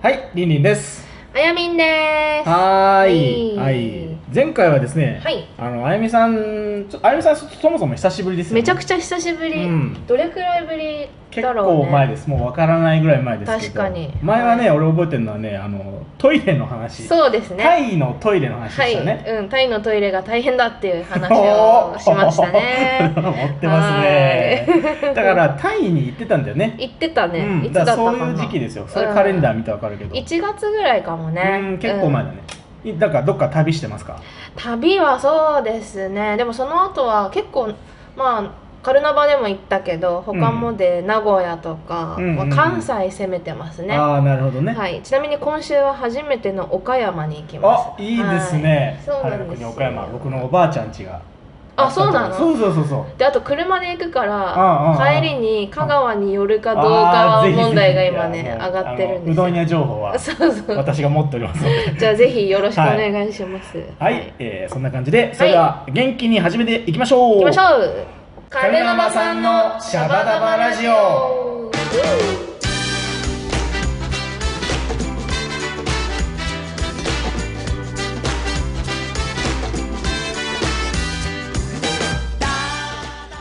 はい、りんりんです。あやみんです。はーい、ははいい、前回はですね、はいあのあやみさん、ちょあやみさんそそもそも久しぶりですよ、ね。めちゃくちちゃ久しぶり。うんどれくらいぶり結だろうね。構前です。もうわからないぐらい前ですけど。確かに前はね、は俺覚えてるのはね、あのトイレの話。そうですね。タイのトイレの話でしたね。はい、うん、タイのトイレが大変だって いう話おをーしました ね。持ってますね。だからタイに行ってたんだよね。言ってたね。うん、いつだったらかそうな。いう時期ですよ。それカレンダー見たらわかるけど。 1月ぐらいかもね。うん、結構前だね。いだからどっか旅してますか。旅はそうですねでもその後は結構まあカルナバでも行ったけど他もで名古屋とか、うんうんうんまあ、関西攻めてますね、ああ、なるほどね。はい、ちなみに今週は初めての岡山に行きますあ、いいですね。はいそうなんですよはるくに岡山、僕のおばあちゃん家が。あそうなのそうそうそうそう。であと車で行くかあらあああ帰りに香川に寄るかどうかあーはぜひぜひ問題が今ねいや上もうがってるんあのでうすどんよ屋情報はそうそう私が持っておりますの で。じゃあぜひよろしくお願いしますはい、えーそんな感じで、それでは元気に始めていきましょう。行きましょうカルナバさんのシャバダバラジオ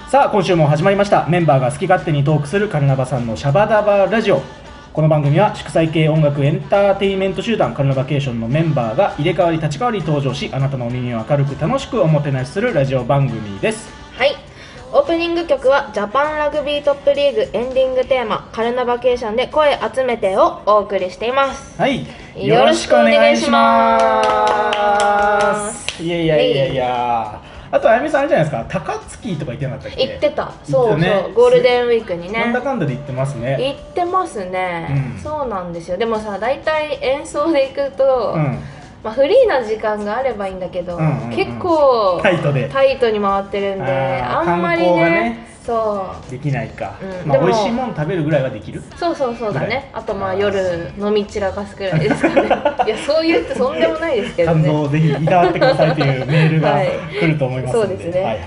さあ今週も始まりましたメンバーが好き勝手にトークするカルナバさんのシャバダバラジオこの番組は祝祭系音楽エンターテインメント集団カルナバケーションのメンバーが入れ替わり立ち替わり登場しあなたのお耳を明るく楽しくおもてなしするラジオ番組ですはいオープニング曲はジャパンラグビートップリーグエンディングテーマ「カルナバケーションで声集めて」をお送りしていますはいよろしくお願いしますいやいやいやいやあとあやみさんあれじゃないですか高槻とか行ってなかったっけ行ってたそう行っそう、たねゴールデンウィークになんねだかんだで行ってますね行ってますね、うんそうなんですよでもさ大体演奏で行くと、うんまあ、フリーな時間があればいいんだけど、うんうんうん結構タイトでタイトに回ってるんでああーんまりね観光がねそできないか、うんまあでも美味しいもん食べるぐらいはできるうそうそうそうぐだらいねあとまああー夜飲み散らかすくらいですか ねいやそう言ってそんでもないですけど感動ねをぜひいたわってくださいというメールがはい来ると思いますので,、そうですねはいはい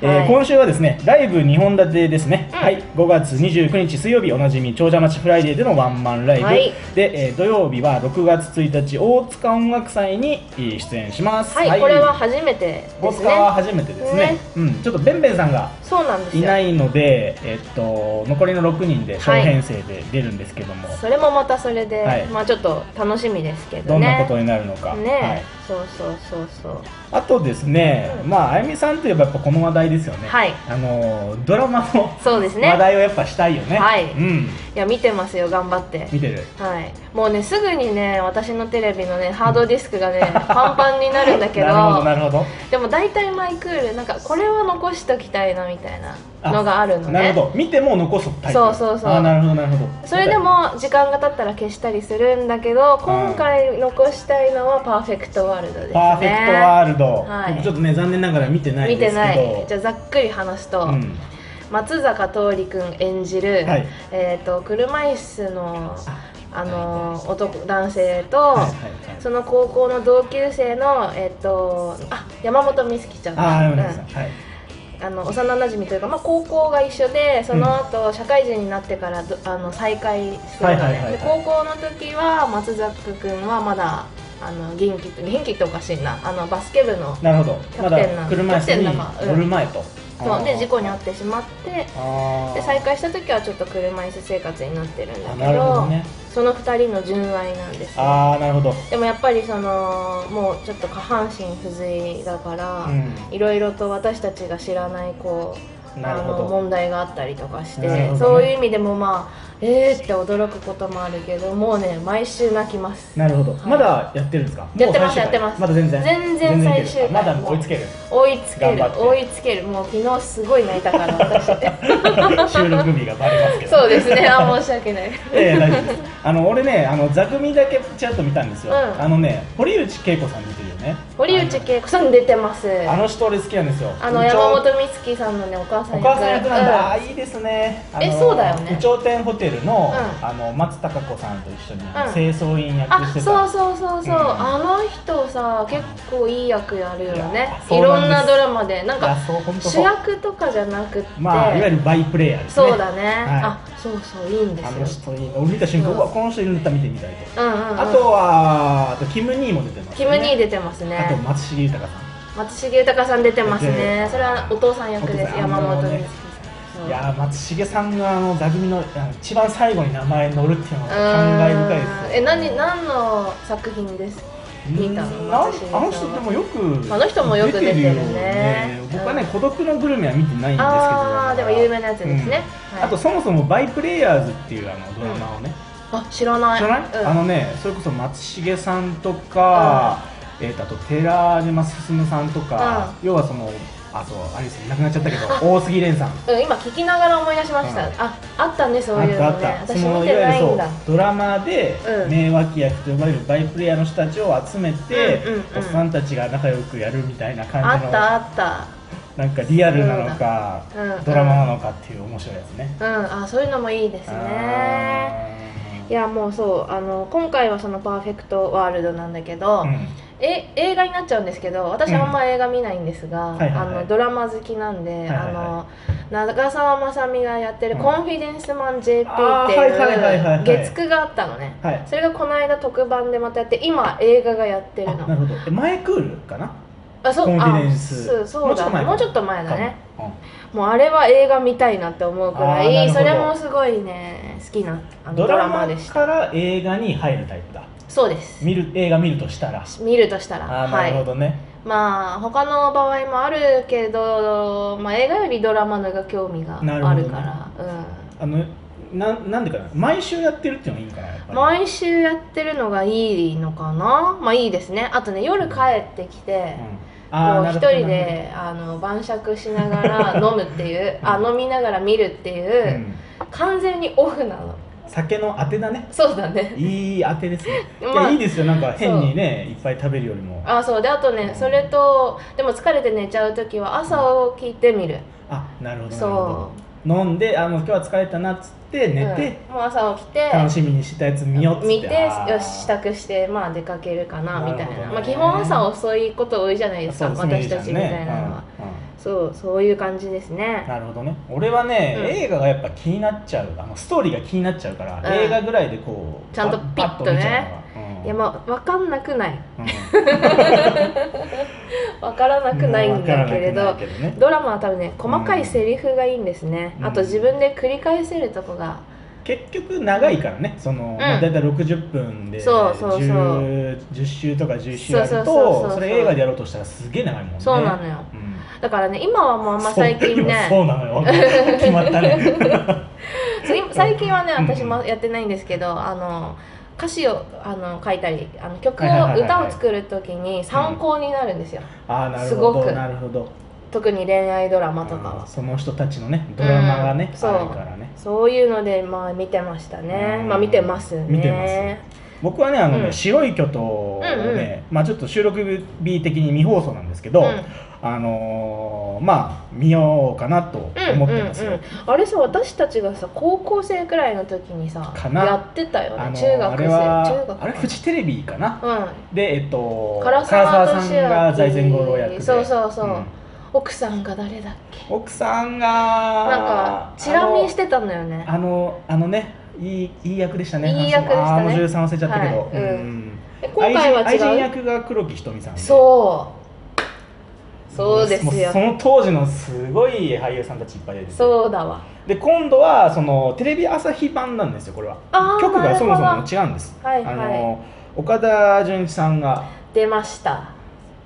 えーはい今週はですねライブ2本立てですね、うんはい、5月29日水曜日おなじみ長者町フライデーでのワンマンライブ、はいで、えー土曜日は6月1日大塚音楽祭にえー出演しますはい、これは初めてで大す塚はね初めてですねねうん、ちょっとべんべんさんがそうなんですいよないので、えっと、残りの6人で小編成で出るんですけども、それもまたそれで、はいまあちょっと楽しみですけどねどんなことになるのか、ね、はい、そうそうそうそうあとですね、まあ、あゆみさんといえばやっぱこの話題ですよね、はいあのドラマのそうですね話題をやっぱしたいよね、はいうん、いや見てますよ頑張って見てる、はいもうねすぐにね私のテレビのねハードディスクが ねパンパンになるんだけどなるほど、なるほど、でも大体マイクールなんかこれは残しときたいなみたいなのがあるのねなるほど、見ても残すタイプ、そうそうそうあなるほど、なるほど、それでも時間が経ったら消したりするんだけど今回残したいのはパーフェクトワールドですねパーフェクトワールド、はい僕ちょっとね、残念ながら見てない見でてすけど、ないじゃあざっくり話すと、うん、松坂桃李君演じる、はいえー、と車椅子のあの男男性と、はいはいはいその高校の同級生の、えっとあ山本美月ちゃんあー、う山田さん、はんい、あの幼なじみというか、まあ、高校が一緒でその後、社会人になってからどあの再会するのね、はいはいはいはいで高校の時は松坂君はまだあの元気元気っておかしいなあのバスケ部のなるほキど、まャプだテンなん車椅子キャプテンだまあにうん乗る前と、そうで事故に遭っってしまってあーで再会した時はちょっと車椅子生活になってるんだあけなるほどどね、その2人の純愛なんですよあー、なるほど、でもやっぱりそのもうちょっと下半身不随だから、うんいろいろと私たちが知らないこうなあるほどの問題があったりとかして、なるほどねそういう意味でもまあえーって驚くこともあるけどもうね毎週泣きますなるほど、いまだやってるんですかやってまもすう最終回やってますまだ全然い全然ける最終回まだ追いつけ る追いつける頑張って追いつけるもう昨日すごい泣いたから 私収録日がバレますけどそうですねあ申し訳ないええ大丈夫ですあの俺ねあの座組だけちらっと見たんですよ、うんあのね堀内恵子さん出てるよね堀内恵子さん出てますあの人俺好きなんですよあの有頂山本美月さんのねお母さんお役母さん役なんだ、うあいいですねあのえそうだよね有頂天ホテテルの,、うんあの松たか子さんと一緒に、ん清掃員役あしてたそうそうそうそう、うんあの人さ結構いい役やるよいねやいそうろなんですんなドラマでなんいやかそう本当主そう役とかじゃなくって、まあいわゆるバイプレイヤーですねそうだね、いあそうそういいんであすのよ人いいの見た瞬間、ううんわこの人いるんだったら見てみたいと、うんうん、うん、あとはあとキム・ニーも出てます、ね、キム・ニー出てまあすとね松重豊さ松重豊さん出てます出てねるそれはお父さん役でお父すさん山本あの美ね月さん、んいやー松重さんがあの座組のあの一番最後に名前乗るっていうのが感慨深いですよえ何何の作品です見たのうんなんあ松重さんはの人でもよくあの人もよく出てるね出よ僕はね、うん孤独のグルメは見てないんですけどああでも有名なやつですね、うんはいあとそもそもバイプレイヤーズっていうあのドラマをね、あ知らない知らない、あうんのねそれこそ松重さんとか、えーとあと寺島進さんとか、要はそのあとあれですね亡くなっちゃったけど大杉蓮さんうん今聞きながら思い出しました、うんああったねそうあいっうたのあっねた私見てないんだそうドラマでうん名脇役と呼ばれるバイプレイヤーの人たちを集めて、うんうんうんおっさんたちが仲良くやるみたいなあ感じっのたあったなんかリアルなのか、そうだうんドラマなのかっていう面白いですね。うんあそういうのもいいですねいやもうそうあの今回はその「パーフェクトワールド」なんだけど、あーうんえ映画になっちゃうんですけど私あんま映画見ないんですが、はいはいはいあのドラマ好きなんで、いはいはいあの長澤まさみがやってるう「んコンフィデンスマン JP」あってーはいはいはいはいいはうい月9があったのねはいそれがこの間特番でまたやって今映画がやってあるなのるほどえ前クールかなあそうコンフィデンスあそうそうだももううちちょょっっと前だねうんもうあれは映画見たいなって思うくあらーないるそほどれもすごいね好きなあのドドララママでしたから映画に入るタイプだそうです見る映画見るとしたら見るとしたらああはないるほどね、まあ他の場合もあるけど、まあ、映画よりドラマのが興味がなあるるほどねから、あのななんでかな毎週やってるっていうのがいいんかなやっうぱん、り毎週やってるのがいいのかなまあいいですねあとね夜帰ってきて、うんこあうー一人であの晩酌しながら飲むって いうあ飲みながら見るっていなるほどう、ね完全にオフなのうん酒のあてだ ねそうだねいいあてですね、 まあいやいいですよなんか変にねいっぱい食べるよりもああそうであとねそれとでも疲れて寝ちゃう時は朝起きてみなるるほどなるほどそ飲んであもう今日は疲れたなっつってう寝て、うんもう朝起きて楽しみにしてたやつ見ようっつって見てあーよし支度してまあ出かけるかなみたないるほなどねまあ、基本朝遅いこと多いじゃないですそかうそう私たちみたいなうのは、んうんそうそういう感じですねなるほどね俺はね、うん映画がやっぱ気になっちゃうあのストーリーが気になっちゃうから、ん映画ぐらいでこうちゃんとピッパッとねと見ちゃうのがうんいやまあ分かんなくないうん分からなくないんだけれわどからなくないけどねドラマは多分ね細かいセリフがいいんですね、うんあと自分で繰り返せるとこが結局長いからねその、まあ、大体60分でそうそうそう 10, 10周とか11周やるそとうそうそうそうそれ映画でやろうとしたらすげえ長いもんねそうなのようんだからね今はもうあんま最近ねそう今そうなのよ 決まったねそう今最近はねうん私もやってないんですけどあの歌詞をあの書いたりあの曲をはいはいはいはい歌を作る時に参考になるんですよ、ああなるすほごくどなるほど特に恋愛ドラマとかはうんその人たちのねドラマがね、うんそうあるからねそういうのでまあ見てましたねうんまあ見てますね見てます僕はねあのね、うん白い巨塔をね、まあ、ちょっと収録日的に未放送なんですけど、うんあのーまあ見ようかなとうん思ってますよ、うんうん、あれさ私たちがさ高校生くらいの時にさかなやってたよね、のー中学あ生れ中は学あれフジテレビかなうんでえっと唐沢唐さんが財前五郎役でそうそうそうん奥さんが誰だっけ奥さんがなんかチラ見してたのよねあのあのあのねいいいい役でしたねいい役でしたねあーもう女優さん忘れちゃったけど、はいうんんで今回は愛人愛人違う役が黒木瞳さんでそうそうですもようその当時のすごい俳優さんたちいっぱい出ててそうだわで今度はそのテレビ朝日版なんですよこれはあー曲がそもそなるもほ違うんです、どはいあはいの岡田准一さんが出ました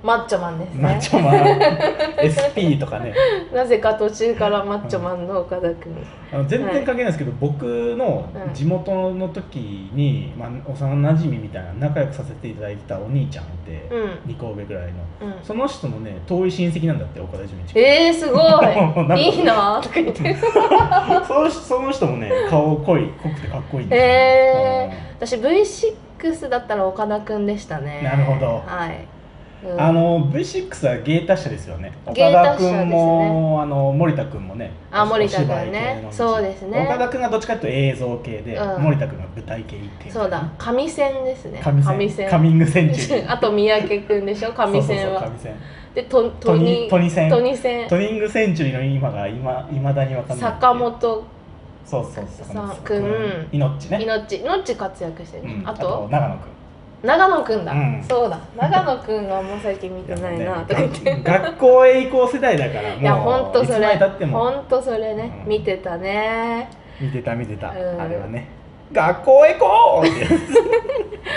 マッチョマンですねマッチョマン SP とかねなぜか途中からマッチョマンの岡田君あの全然関係ないですけど、僕のうん地元の時に、まあ、幼馴染みたいな仲良くさせていただいてたお兄ちゃんって、うん二2個上ぐらいのうんその人のね遠い親戚なんだって岡田准一えー、す なんごかいいいなとか言 ってその人その人もね顔濃い濃くてかっこいいんですよえー、私 V6 だったら岡田君でしたねなるほどはいうんあの V6 は芸達者ですよね岡芸田達者ですね君も、あの森田君もねあ森田君ねお芝居系のそうですね岡田君がどっちかというと映像系で、うん森田君が舞台系っていうそうだ神線ですね神神線線カミング戦中あと三宅くんでしょ 神線はそうそうそう神線でトトニトニ戦トニ線トニングセンチュリーの今が今いまだにわかんない坂本そうそうさ坂本くん命ね命命活躍してるね、うんあと長野くん長野くんだ、うんそうだ長野くんがもう最近見てないいやもうなねとか言って学校へ移行世代だからもういやほんとそいつまれでたってもほんとそれね、うん見てたね見てた見てた、うんあれはね学校へ行こうって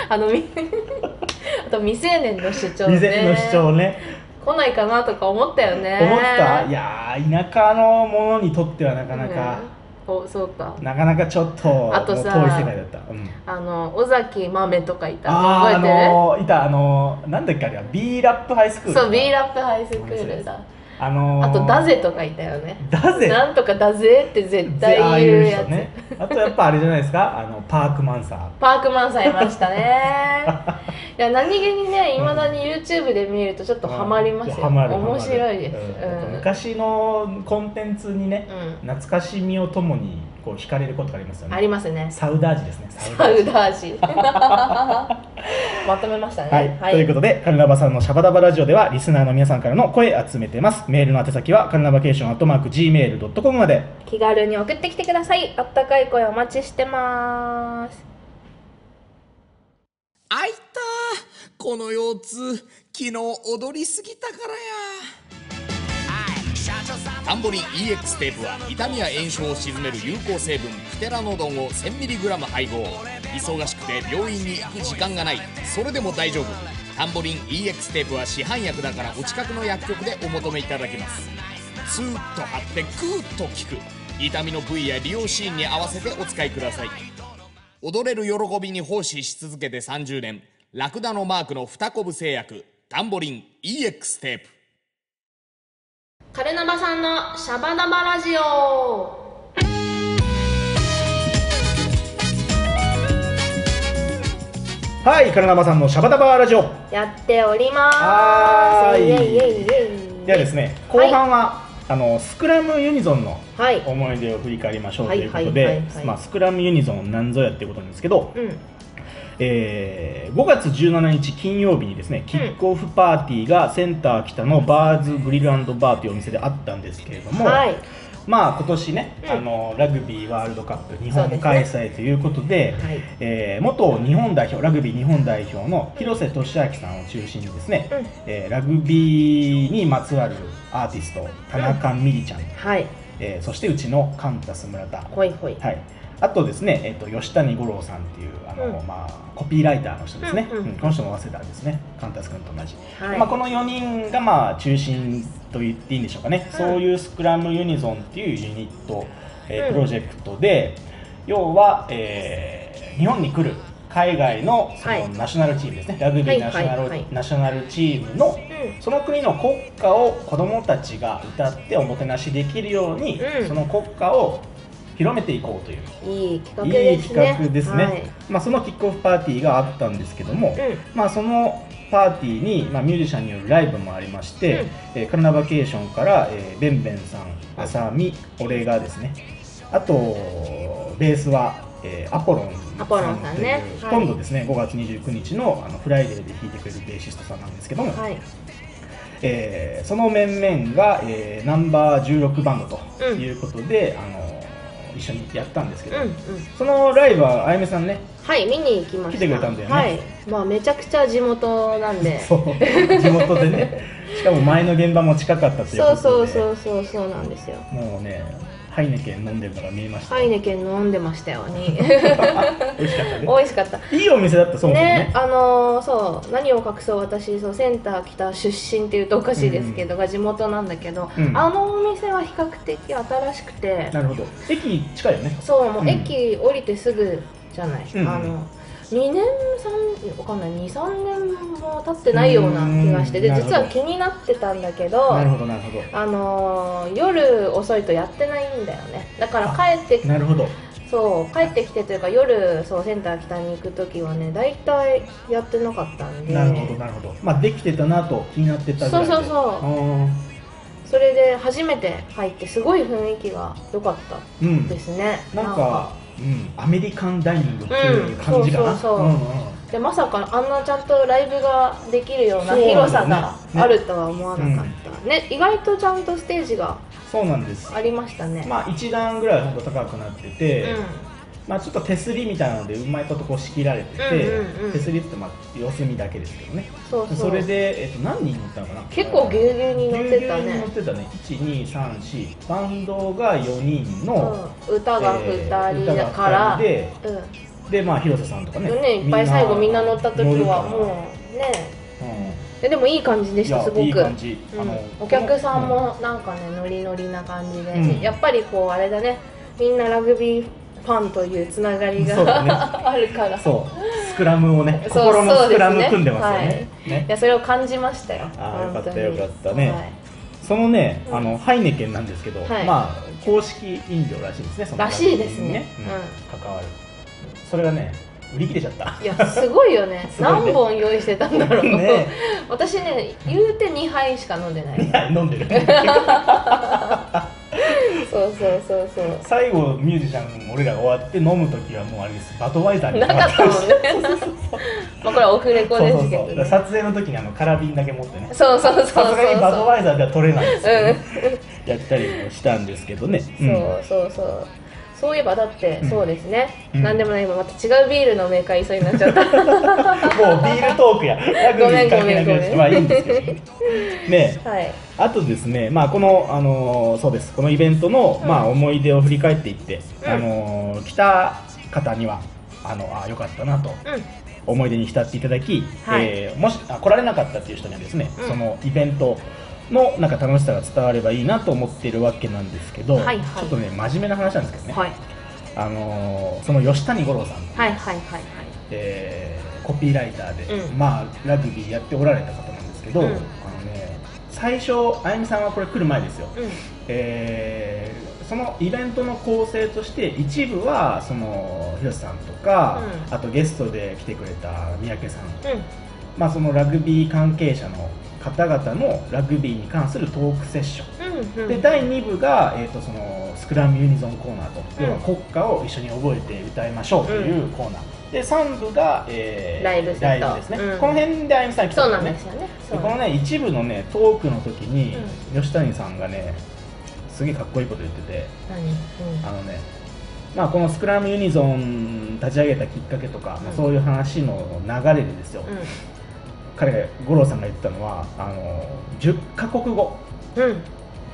あのみ あと未成年の主張ね未然の主張ね来ないかなとか思ったよね思ったいやー田舎のものにとってはなかなか、うんおそうかなかなかちょっとあとさもう遠い世界だった、うん、あの尾崎豆とかいたのあーあ覚えてる、のーいたあのーなんだっけあれは B ラップハイスクールそう B ラップハイスクールだあのーあとダゼとかいたよねだぜなんとかだぜって絶対ああ言ういうや人つねあとやっぱあれじゃないですかあのパークマンサーパークマンさんいまし たねいや何気にねいまだに YouTube で見るとちょっとハマりますよ、ハマるハマる面白いです、うんうん昔のコンテンツにね懐かしみをともにこう惹かれることがありますようんねありますねサウダージですねササウダ ージまとめましたねはい、ということでカルナバさんのシャバダバラジオではリスナーの皆さんからの声集めてますメールの宛先はカルナバケーションアットマーク Gmail.com まで気軽に送ってきてくださいあったかい声お待ちしてますあいたこの腰痛昨日踊りすぎたからや田んぼに EX テープは痛みや炎症を鎮める有効成分プテラノドンを 1000mg 配合忙しくて病院に行く時間がないそれでも大丈夫タンボリン EX テープは市販薬だからお近くの薬局でお求めいただけますスーッと貼ってグーッと効く痛みの部位や利用シーンに合わせてお使いください踊れる喜びに奉仕し続けて30年ラクダのマークの二コブ製薬タンボリン EX テープカルナバさんのシャバダバラジオはいカルナバさんのシャバダバラジオやっておりますはーいイエイイエイイエイではですね後はい半は、あのスクラムユニゾンのはい思い出を振り返りましょうとはいいうことはいはでいはいまあスクラムユニゾンなんぞやっていうことなんですけど、うんえー5月17日金曜日にですねキックオフパーティーがセンター北のバーズグリルバーというお店であったんですけれども、はいまあ今年ね、うんあのラグビーワールドカップ日そう本ですね開催ということではいえー元日本代表ラグビー日本代表の広瀬俊明さんを中心にですね、うんえーラグビーにまつわるアーティスト田中みりちゃん、はいえーそしてうちのカンタス村田、ほいほいはい、あとですね、えっと吉谷五郎さんっていうあの、うまあ、コピーライターの人ですね、うんうんうんこの人も早稲田ですねカンタス君と同じ、はいまあ、この4人がまあ中心と言っていいんでしょうかね、うんそういうスクラムユニゾンっていうユニット、えーうんプロジェクトで要は、えー日本に来る海外のそはのいナショナルチームですね、ラグビはーいナショナル、はいはいナショナルチームのうその国の国歌を子どもたちが歌っておもてなしできるように、うんその国歌を広めていこうというんいい企画いでいす企ね画ですね、まあ、そのキックオフパーティーがあったんですけども、はい、うんまあ、そのパーティーに、まあ、ミュージシャンによるライブもありまして、うんえーカルナバケーションから、えーベンベンさん、あさみ、俺がですね、あと、ベースは、えーアポロンアポロンさんねというはい今度ですね、5月29日のあのフライデーで弾いてくれるベーシストさんなんですけども、はい、えーその面々が、えーナンバー16バンドということで、あのー一緒にやったんですけうど、んうん、そのライブはあゆめさんね、はい、見に行きました。来てくれたんだよねはい、まあ、めちゃくちゃ地元な んで。そう地元で ねしかも前の現場も近かったというこそとうでそうそうそうそうなんですよ。もうねハイネケン飲んでるのが見えました、ハイネケン飲んでましたよ に美味しかったね美味しかった。いいお店だったそもそもねね、あのーそう何を隠そう私そうセンター北出身っていうとおかしいですけど、が地元なんだけど、うんあのお店は比較的新しくてなるほど駅近いよねそうもうんう駅降りてすぐじゃない、うんあの2年3わかんない23年も経ってないような気がしてでうんなるほ実どは気になってたんだけどなるほどなるほどあのー夜遅いとやってないんだよねだから帰ってなるほどそう帰ってきてというか夜そうセンター北に行く時はね大体やってなかったんでなるほどなるほど、まあ、できてたなと気になってたぐらいでそうそうそうあそれで初めて入ってすごい雰囲気が良かったーうんですね、なんかうん、アメリカンダイニングっていう感じかな、うんそうそうそうんんでまさかあんなちゃんとライブができるような広さがあるとは思わなかったね意外とちゃんとステージがそうなんですありましたね、まあ1段ぐらいほんと高くなってて、うまあ、ちょっと手すりみたいなのでうまいことこう仕切られてて、うんうんうん手すりってまあ四隅だけですけどねんそうそそうれで、えっと、何人乗ったのかな結構ぎゅうぎゅうに乗ってたぎゅうぎゅうにね乗ってたね1234バンドが4人の、うん、歌がえー2人歌だがか二ら、人でうんでまあ広瀬さんとかねねいっぱい最後みんな乗った時乗るからはもうねうんででもいい感じでいしたやすごくいい感じ、うんあのお客さんもなんかねノリノリな感じで、うんやっぱりこうあれだねみんなラグビーファンというつながりそうが、だね あるからそうスクラムをねそう心のスクラムそうですね組んでますよねねいやそれを感じましたよあーよかった本当によかったねはいそのね、うんあのハイネケンなんですけど、はいまあ公式飲料らしいですね。そのらしいですねラグビーにうん関わる。それがね、売り切れちゃった。 いやすごいよねすごいね何本用意してたんだろう、ね私ね言うて2杯しか飲んでないいや飲んでる。 そうそうそうそう 最後ミュージシャン俺らが終わって飲む時はもうあれです。バドワイザーになかったもんねまあこれはオフレコそうでそうすけそどう。だからね撮影の時にあの空瓶だけ持ってね。そうそうそうさそうすがにバドワイザーでは取れないんですけどね、うんやったりもしたんですけどね。そうそうそうそういえばだって、うんそうですね、うんなんでもない今また違うビールのメーカー言いそうになっ ちゃったもうビールトークや。ラグビー関係なくなっちゃってまあいいんですけど ね。ねえ。はいあとですね、まあ、この、あのーそうです、このイベントの、うんまあ、思い出を振り返っていって、うんあのー来た方には、あの、あ、良かったなと、うん思い出に浸っていただき、はいえーもし、あ、来られなかったっていう人にはですね、うんそのイベント。のなんか楽しさが伝わればいいなと思っているわけなんですけど、はいはいちょっとね真面目な話なんですけどね、はいあのーその吉谷五郎さんの、はいはいはいはいえーコピーライターで、うんまあラグビーやっておられた方なんですけど、うんあのね最初あゆみさんはこれ来る前ですよ、うんえーそのイベントの構成として一部はその広瀬さんとか、うんあとゲストで来てくれた三宅さん、うんまあ、そのラグビー関係者の方々のラグビーに関するトークセッションうんうんで第2部が、えー、とそのスクラムユニゾンコーナーと、うん要は国歌を一緒に覚えて歌いましょうというコーナー、で3部が、えーライブセットですね、うんこの辺であゆみさん来たそんうでなすんねですよねそでうこのね一部のねトークの時に、吉谷さんがねすげえかっこいいこと言ってて何うんあのねまあこのスクラムユニゾン立ち上げたきっかけとか、まあうんそういう話の流れでですよ、う彼が五郎さんが言ってたのはあの10カ国語んうん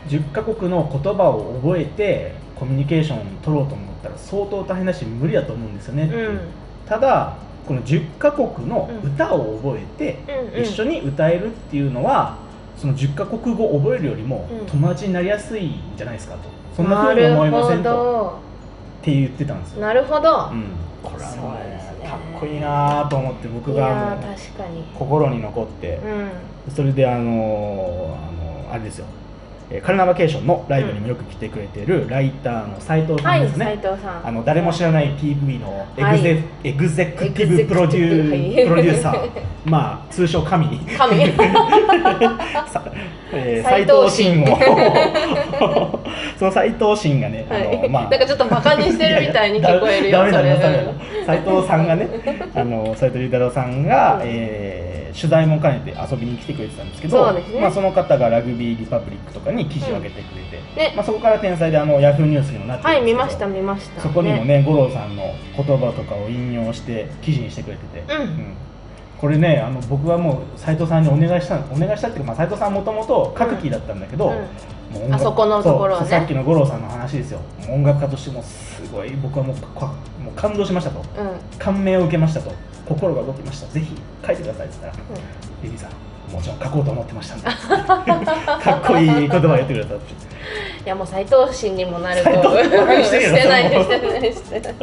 10カ国の言葉を覚えてコミュニケーション取ろうと思ったら相当大変だし無理だと思うんですよね、うんただこの10カ国の歌を覚えて、うんうん一緒に歌えるっていうのはその10カ国語を覚えるよりもうん友達になりやすいんじゃないですかと、そんなふうに思いませんなとるほって言ってたんですどよ、なるほど、うん、これはもうそうですねねかっこいいなと思って僕いやがーもう確かに心に残ってう、んそれであのーあのーあれですよえーカルナバケーションのライブにもよく来てくれてるライターの斉藤さはんいですね、斉藤さんあの誰も知らない PV のエはグいゼ、エグゼクティブプロデュエグゼクティブはいープロデューサー、まあ通称神、神 さえー斉斉藤藤慎慎を、 その斉藤慎がね、あはのい、まあなんかちょっとバカにしてるみたいに聞こえるよダメだそれなダメだな斉藤さんがね あの斉藤龍太郎さんが、うんえー取材も兼ねて遊びに来てくれてたんですけどそうですねまあ、その方がラグビーリパブリックとかに記事を上げてくれて、ねまあ、そこから天才であのヤフーニュースにもなってはいるんで見すけどました見ましたそこにもね五郎さんの言葉とかを引用して記事にしてくれてて、うんこれねあの僕はもう斉藤さんにお願いしたお願いしたっていうか、まあ、斉藤さんもともと書く気だったんだけど、うんもう音楽あそこのところをそねうそうさっきの五郎さんの話ですよもう音楽家としてもすごい僕はもうかもう感動しましたとうん、うん感銘を受けましたと心が動きましたぜひ書いてくださいって言ったら「リリーさんもちろん書こうと思ってましたんで」 かっこいい言葉を言ってくれたっていやもう斎藤心にもなる斉藤バカにしてるよしてないそれもしてないし てない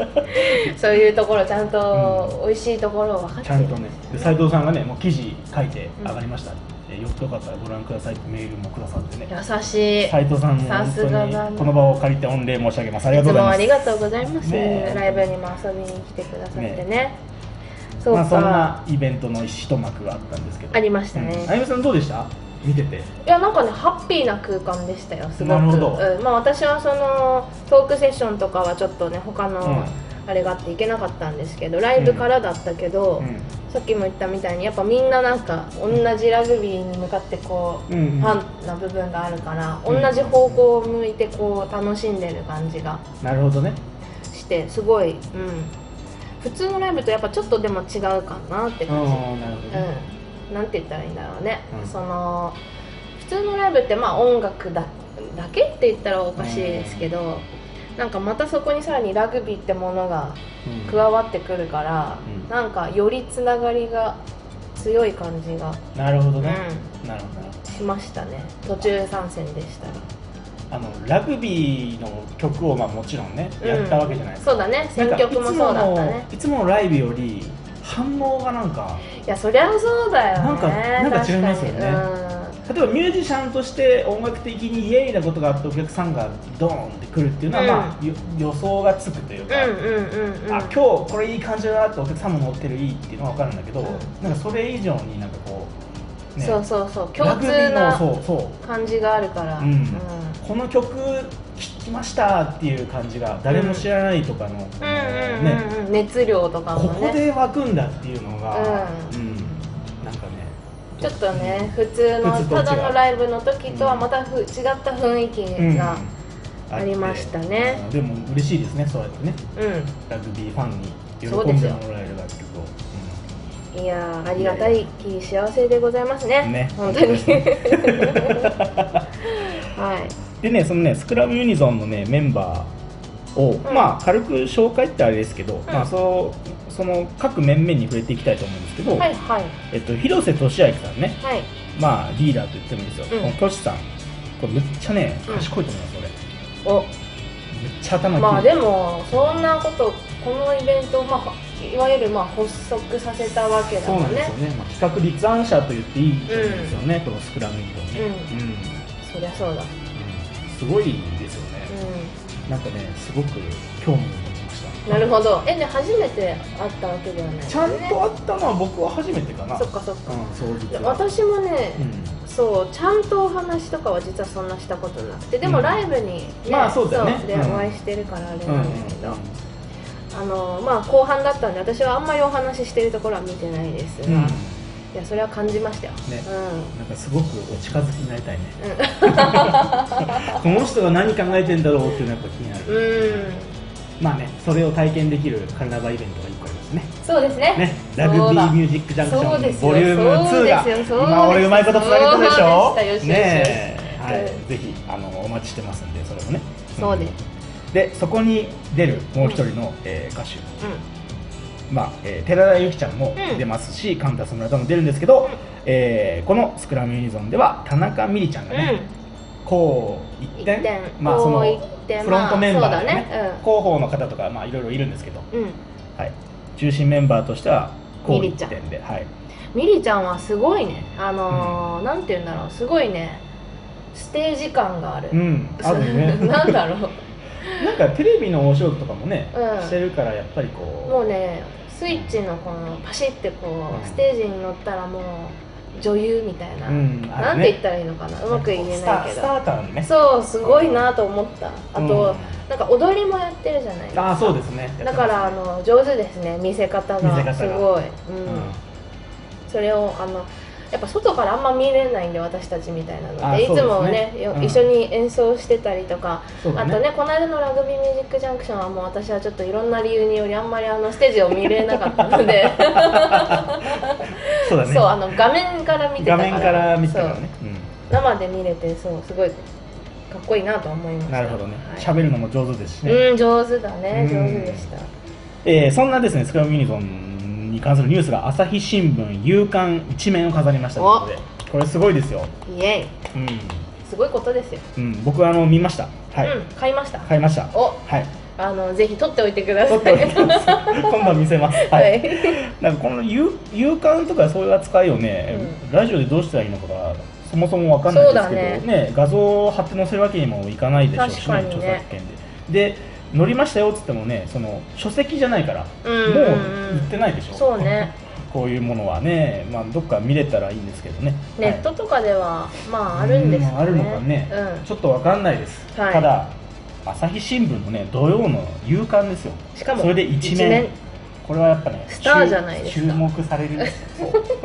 そういうところちゃんと美味しいところを分かってちゃんとねで斉藤さんがねもう記事書いて上がりました、えーよくよかったらご覧くださいってメールもくださってね優しい。斉藤さんもさ本すがだ当なにこの場を借りて御礼申し上げますありいがとつうございもまあすりがとうございます。ねえライブにも遊びに来てくださってね。そうまか、あ、そんなイベントの一幕があったんですけどありましたねうんあゆみさんどうでした見てていやなんかねハッピーな空間でしたよすごくなるほどうんまあ、私はそのトークセッションとかはちょっとね他うんのあれがあって行けなかったんですけどライブからだったけど、さっきも言ったみたいにやっぱみんななんか同じラグビーに向かってこう、うんうんファンな部分があるから、うん同じ方向を向いてこう楽しんでる感じがなるほどねしてすごい、うん、普通のライブとやっぱちょっとでも違うかなってうん感じ、なるほどねうん、なんて言ったらいいんだろうね、うんその普通のライブってまあ音楽だだけって言ったらおかしいですけど、なんかまたそこにさらにラグビーってものがうん加わってくるから、うんなんかよりつながりが強い感じが、なるほどうんね、なるほどなるほどしましたね途中参戦でしたがあのラグビーの曲をまあもちろんね、うんやったわけじゃないですかそうだね選曲もそうだったねいつものいつものライブより反応がなんかいやそりゃそうだよねなんかなんか違いますよね確かにうん例えばミュージシャンとして音楽的にイエーイなことがあってお客さんがドーンってくるっていうのは、うんまあ、よ予想がつくというか、うんうんうんうんあ今日これいい感じだなってお客さんも乗ってるいいっていうのは分かるんだけど、うんなんかそれ以上になんかこう、そうそうそうラグ共ビ通ーのなそうそう感じがあるから、うんこの曲聴きましたっていう感じが誰も知らないとかの、うんうんねうんうん熱量とかこもこねで湧くんだっていうのが、ううんなんかねちょっとね普通普の通と違うただのライブの時とはまたふ、違った雰囲気うんがってありましたねうんでも嬉しいですねそうやってねうラグビーファンに喜そうでんすでよもらえる楽曲を、ん、いやーありがたいき幸せでございますねうんね本当にに はいでねそのねスクラムユニゾンのねメンバーを、んまあ軽く紹介ってあれですけど、まあそうその各面々に触れていきたいと思うんですけど、はいはいえっと広瀬俊明さんねはいまあリーダーと言ってもいいですよ、うんこのトシさんこれめっちゃねうん賢いと思います俺おめっちゃ頭いいまあでもそんなことこのイベントを、まあ、いわゆるまあ発足させたわけだそうもなんんですねよね、まあ、企画立案者と言っていいと思うんですよね、このスクラムユニゾンね、ううんそりゃそううだんすごいですよね、うなんかねすごく興味を持ちましたんなるほどえね初めて会ったわけではないちゃんと会ったのは僕は初めてかなそっかそっかうん、そう実は私もねう、んそうちゃんとお話とかは実はそんなしたことなくてでうもんライブに、ねまあそうだよねで、うんお会いしてるからあれうんなんだけど、あのまあ後半だったんで私はあんまりお話ししてるところは見てないですが、うんいやそれは感じましたよ、ねなんかすごくお近づきになりたいね、この人が何考えてんだろうっていうのはやっぱ気になうんる、うんまあねそれを体験できるカルナバイベントが1個ありますねそうですねねラグビそうだーミュージックジャンクシそうでョンすよボリュームそう2でがすよそうですよ今俺うまいことつなげたでしょそうでしたよしよしよしねえはいうんぜひあのお待ちしてますんでそれもねそうですすでそこに出るもう一人の、えー歌手うまあえー寺田由紀ちゃんもうん出ますし、カンタス村田も出るんですけど、んえーこの「スクラムユニゾン」では田中みりちゃんがんうんね、こう一一点点まあ、そのこう一点フロントメンバーでね,、まあそうだねうん広報の方とか、まあ、いろいろいるんですけど、うんはい、中心メンバーとしてはこうみ一りちゃん点で、はい、ミリちゃんはすごいねあのーなんて言うんだろうすごいねステージ感がある、うんあるね なんだろなんかテレビのお仕事とかもね、うんしてるからやっぱりこううもうねスイッチのこのパシッてこうんうステージに乗ったらもう女優みたいな、うんあるなんねて言ったらいいのかなうまく言えスタないーけスどターターのねそうすごいなと思ったあと、うんなんか踊りもやってるじゃないですあかあそうですねだからあの上手ですね見せ方見せ方ががすごい、うんうんそれをあのやっぱ外からあんま見れないんで私たちみたいなのあでいつもそうでねすねようん一緒に演奏してたりとか、そうだあねとねこの間のラグビーミュージックジャンクションはもう私はちょっといろんな理由によりあんまりあのステージを見れなかったの でそうだねそうあの画面から見てた画から面から見てたからね、そう生で見れてそうすごいかっこいいなと思いまうしんたなるほどねはい喋、るのも上手ですしね、うん上手だねうん上手でしたえーそんなですねスクラムユニゾンに関するニュースが朝日新聞夕刊一面を飾りましたということでこれすごいですよ、イエイうんすごいことですよ、うん、僕はあの見ましたはい、うん買いました買いましたおはいあのぜひ取っておいてくださ取いっておき ます。今度見せます。ははい。いなんかこの有有感とかそういう扱いをね、ラジオでどうしたらいいのかがそもそもわかんないですけど、そうね画像を貼って載せるわけにもいかないでしょうし、確かにね著作権で。で乗りましたよっつってもねその書籍じゃないから、うんうんもうう売んってないでしょそうねこういうものはね、まあ、どっか見れたらいいんですけどねネットとかでは、まああるんですうんかねあるのかねはいちょっとわかんないです、はいただ朝日新聞のね土曜の夕刊ですようん、しかもそれで一面これはやっぱねスターじゃないで注すか注 目されるんですよそう一面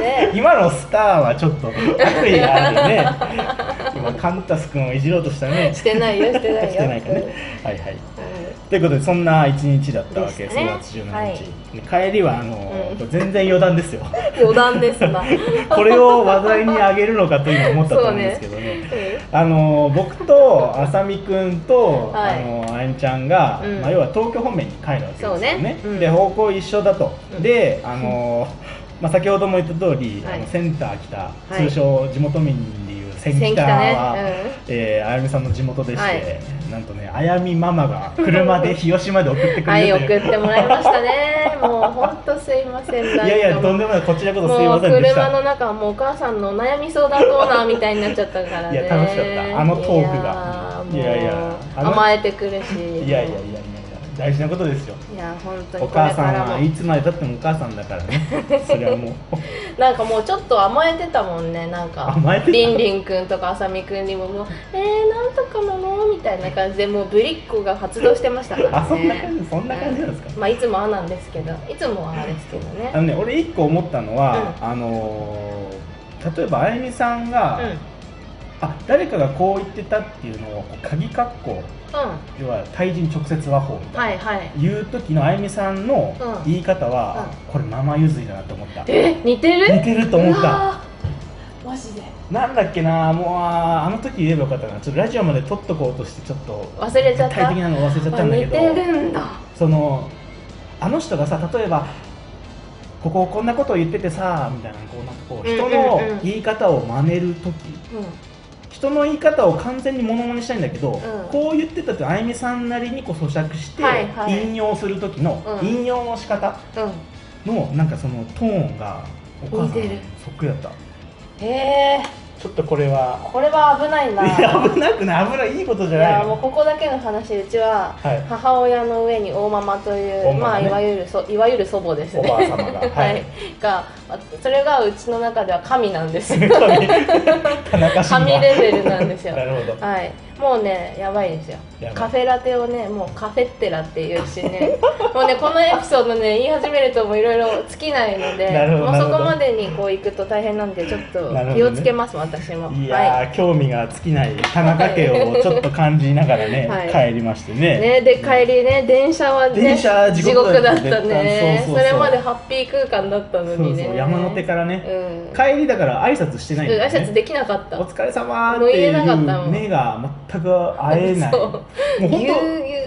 ね今のスターはちょっと悪意があるよね 今カンタス君をいじろうとしたねしてないよしてないよしてないかね、はいはいうんということでそんな一日だったわけでですしたね5月17日、帰りはあの、全然余談ですよ余談です な、うんこれを話題に上げるのかと今思ったと思うんですけどねあの僕とあさみくんと、はいあのあやみちゃんが、うんまあ、要は東京方面に帰るわけですよねそうねうんで方向一緒だと、であの、 まあ、先ほども言った通り、はいあのセンター北、はい通称地元民でいう千先北来たは、ね、えーあやみさんの地元でして、はいなんとねあやみママが車で日吉まで送ってうん、くはれいる送という、ってもらいましたねもう本当すいませんいやいやとんでもないこちら こそすいませんでしもう車のた中はもうお母さんのお悩み相談コーナーみたいになっちゃったからねいや楽しかったあのトークがいやいやいいややあの甘えてくるしいやいやいやいやいや大事なことですよいや本当におこれ母かさんらもはいつまでたってもお母さんだからねそれはもうなんかもうちょっと甘えてたもんねなんか甘えてたりんりんくんとかあさみくんにももう「えー、なんとかなの?」みたいな感じでもうぶりっ子が発動してましたから あそんなね感じそんな感じなんですか、まあいつもあなんですけどいつもはあですけどねあのね俺一個思ったのは、あのー例えばあやみさんうが、んうんあ誰かがこう言ってたっていうのをこう鍵括弧要は対人直接和法みたいな、はいはい言う時のあやみさんのうん言い方は、これママ譲りだなと思った、え似てる似てると思ったうわーマジでなんだっけなもうあの時言えばよかったなちょっとラジオまで撮っとこうとしてちょっと忘れちゃっ具体た的なの忘れちゃったんだけどあ似てるんだそのあの人がさ例えばこここんなことを言っててさみたいなこうなんかこう人のうんうんうん言い方を真似る時う人の言い方を完全にモノマネしたいんだけど、んこう言ってたってあゆみさんなりにこう咀嚼してはいはい引用する時のうん引用の仕方んうんのなんかそのトーンがお母似さんてにるそっくりだったへえちょっとこれはこれは危ないないや危なくない危ないいいことじゃいないやもうのここだけの話うちははい母親の上に大ママという、大ママねまあいわゆるそいわゆる祖母ですおねばあ様が ははいい、 があそれがうちの中では神なんですよ 田中氏神レベルな んですよなるほどはいもうねやばいですよやばいカフェラテをねもうカフェッテラっていうしね もうねこのエピソードね言い始めるともういろいろ尽きないのでなるほどもうそなるほこどまでにこう行くと大変なんでちょっとなるほどね気をつけます、私もいやー、興味が尽きない田中家をちょっと感じながらね、 はい帰りましてはいねね、で帰りね電車はね電車地地獄獄だだっったたねねそそうそうそうれまでハッピー空間だったのそにうねそう山手からね、うん帰りだから挨拶してないんうんだ挨よね拶できなかったお疲れ様もっうて言いえなかったもうん目が全く会えないそうもう本ぎゅうぎ当ゅう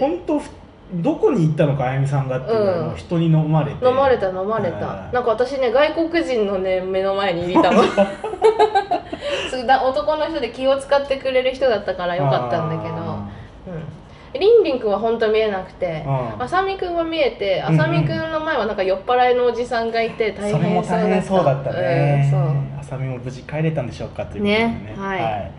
本当ふどこに行ったのかあゆみさんがっていうのはうんもう人に飲まれて飲まれた飲まれあたーなんか私ね外国人のね目の前にい たのそうだ男の人で気を使ってくれる人だったからよかったんだけどうんりんりんくんは本当見えなくてうんあさみくんは見えてうあんうんさみくんの前はなんか酔っ払いのおじさんがいてあー大それも変大変そそううだだっったたね、うんあさみも無事帰れたんでしょうかということでねねはい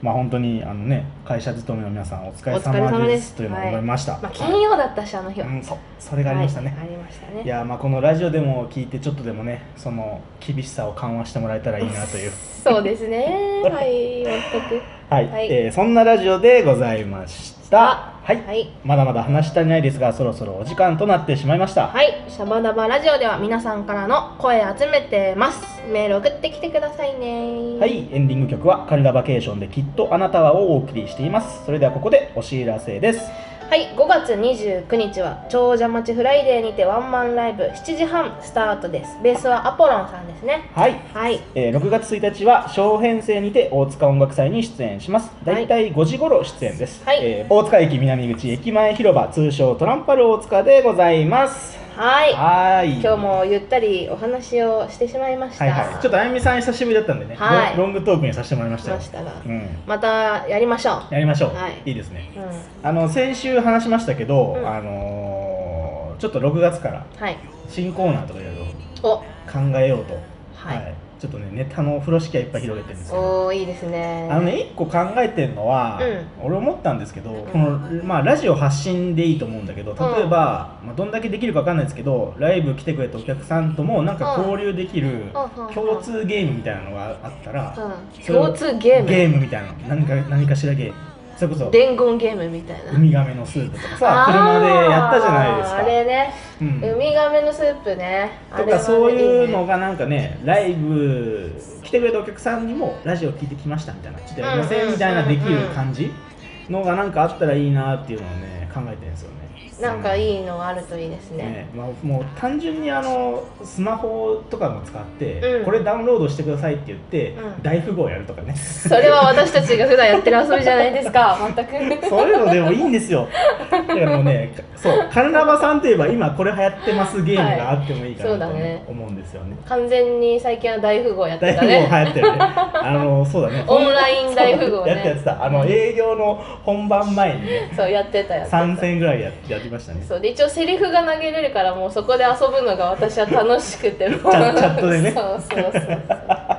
まあ本当にあのね会社勤めの皆さんお疲れお疲れ様様でですすというのを思いました、そうまあ金曜だったしあの日はうん、そうそれがありましたね、はいありましたねいやーまあこのラジオでも聞いてちょっとでもねその厳しさを緩和してもらえたらいいなというそうですねはい全くはい、 はいえーそんなラジオでございましたはい、はいまだまだ話し足りないですがそろそろお時間となってしまいました、はい、シャバダバラジオでは皆さんからの声集めてます。メール送ってきてくださいね。はい、エンディング曲は「カルダバケーションできっとあなたは」をお送りしていますそれではここでお知らせですはい、5月29日は長者町フライデーにてワンマンライブ7時半スタートです。ベースはアポロンさんですね。はいはい、えー6月1日は小編成にて大塚音楽祭に出演しますだいたい5時頃出演です、はいえー大塚駅南口駅前広場通称トランパル大塚でございますはいはーい今日もゆったりお話をしてしまいました、はいはいちょっとあゆみさん久しぶりだったんでね、はいロンロングトークにさせてもらいましたよましたがうんまたやりましょやりましょう、はいい、いですねう、うん、あの先週話しましたけど、うんあのーちょっと6月からはい新コーナーとかいろいろお考えようと、はいちょっとねネタの風呂敷はいっぱい広げてるんですけどおーいいですねあのね一個考えてるのは、う俺思ったんですけどこの、まあ、ラジオ発信でいいと思うんだけど例えば、まあ、どんだけできるかわかんないですけどライブ来てくれたお客さんともなんかうん交流できるうんうんうん共通ゲームみたいなのがあったら、うん、それを共通ゲームゲームみたいなの何か何かしらゲームそれこそ伝言ゲームみたいなウミガメのスープとかさあー車でやったじゃないですかあれね、うんウミガメのスープねあとれはかねそういうのねがなんかねライブ来てくれたお客さんにもラジオ聞いてきましたみたいなちょっとやりませんみたいなできる感じのがなんかあったらいいなっていうのをね考えてるんですよねなんかいいいのがあるといいですねねまあ、もう単純にあのスマホとかも使って、うんこれダウンロードしてくださいって言って、うん大富豪やるとかね そそれは私たちが普段やってる遊びじゃないですか 全くういうのでもいいんですよだからもうねそうカルナバさんといえば今これ流行ってますゲームがあってもいいかなとはいそうだね思うんですよね完全に最近は大富豪やって大た富豪流ね行ってるね。あのそうだね。 オンライン大富豪ねやってやってた。あの営業の本番前にね、そうやってたやってた三戦ぐらいややりましたね。そうで一応セリフが投げれるからもうそこで遊ぶのが私は楽しくてもうチャチャットでね そうそう そうそう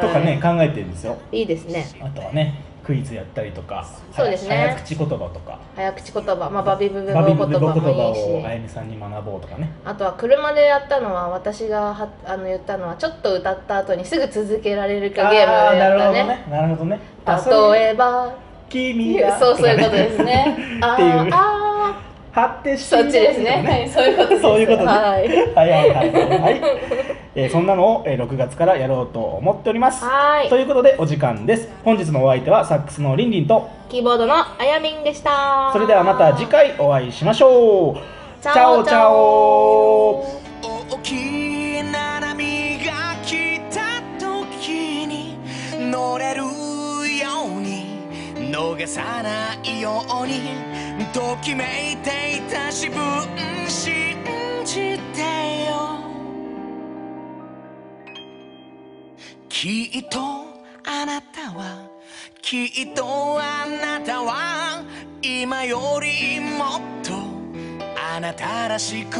とかね、考えてるんですよ。はいいいですねあとはねクイズやったりとか、そうですね早口言葉とか、早口言葉、まあ、バビブブブ言バ葉ビブブ言葉もいいをあしゆみさんに学ぼうとかね。あとは車でやったのは私がはあの言ったのはちょっと歌った後にすぐ続けられるかゲームあーをなるやほどったねね。なるほどね。あそういう例えば君がそとうそうかいねうことですね あっていうーあ発展しているーそっちですねはいそういうことで すそういうことねはいはいはいはい はい。えーそんなのを、えー6月からやろうと思っております。はいということでお時間です。本日のお相手はサックスのリンリンと、キーボードのあやみんでしたそれではまた次回お会いしましょう。チャオチャオ大きな波が来た時に乗れるように逃さないようにときめいていた自分信じてよきっとあなたはきっとあなたは今よりもっとあなたらしく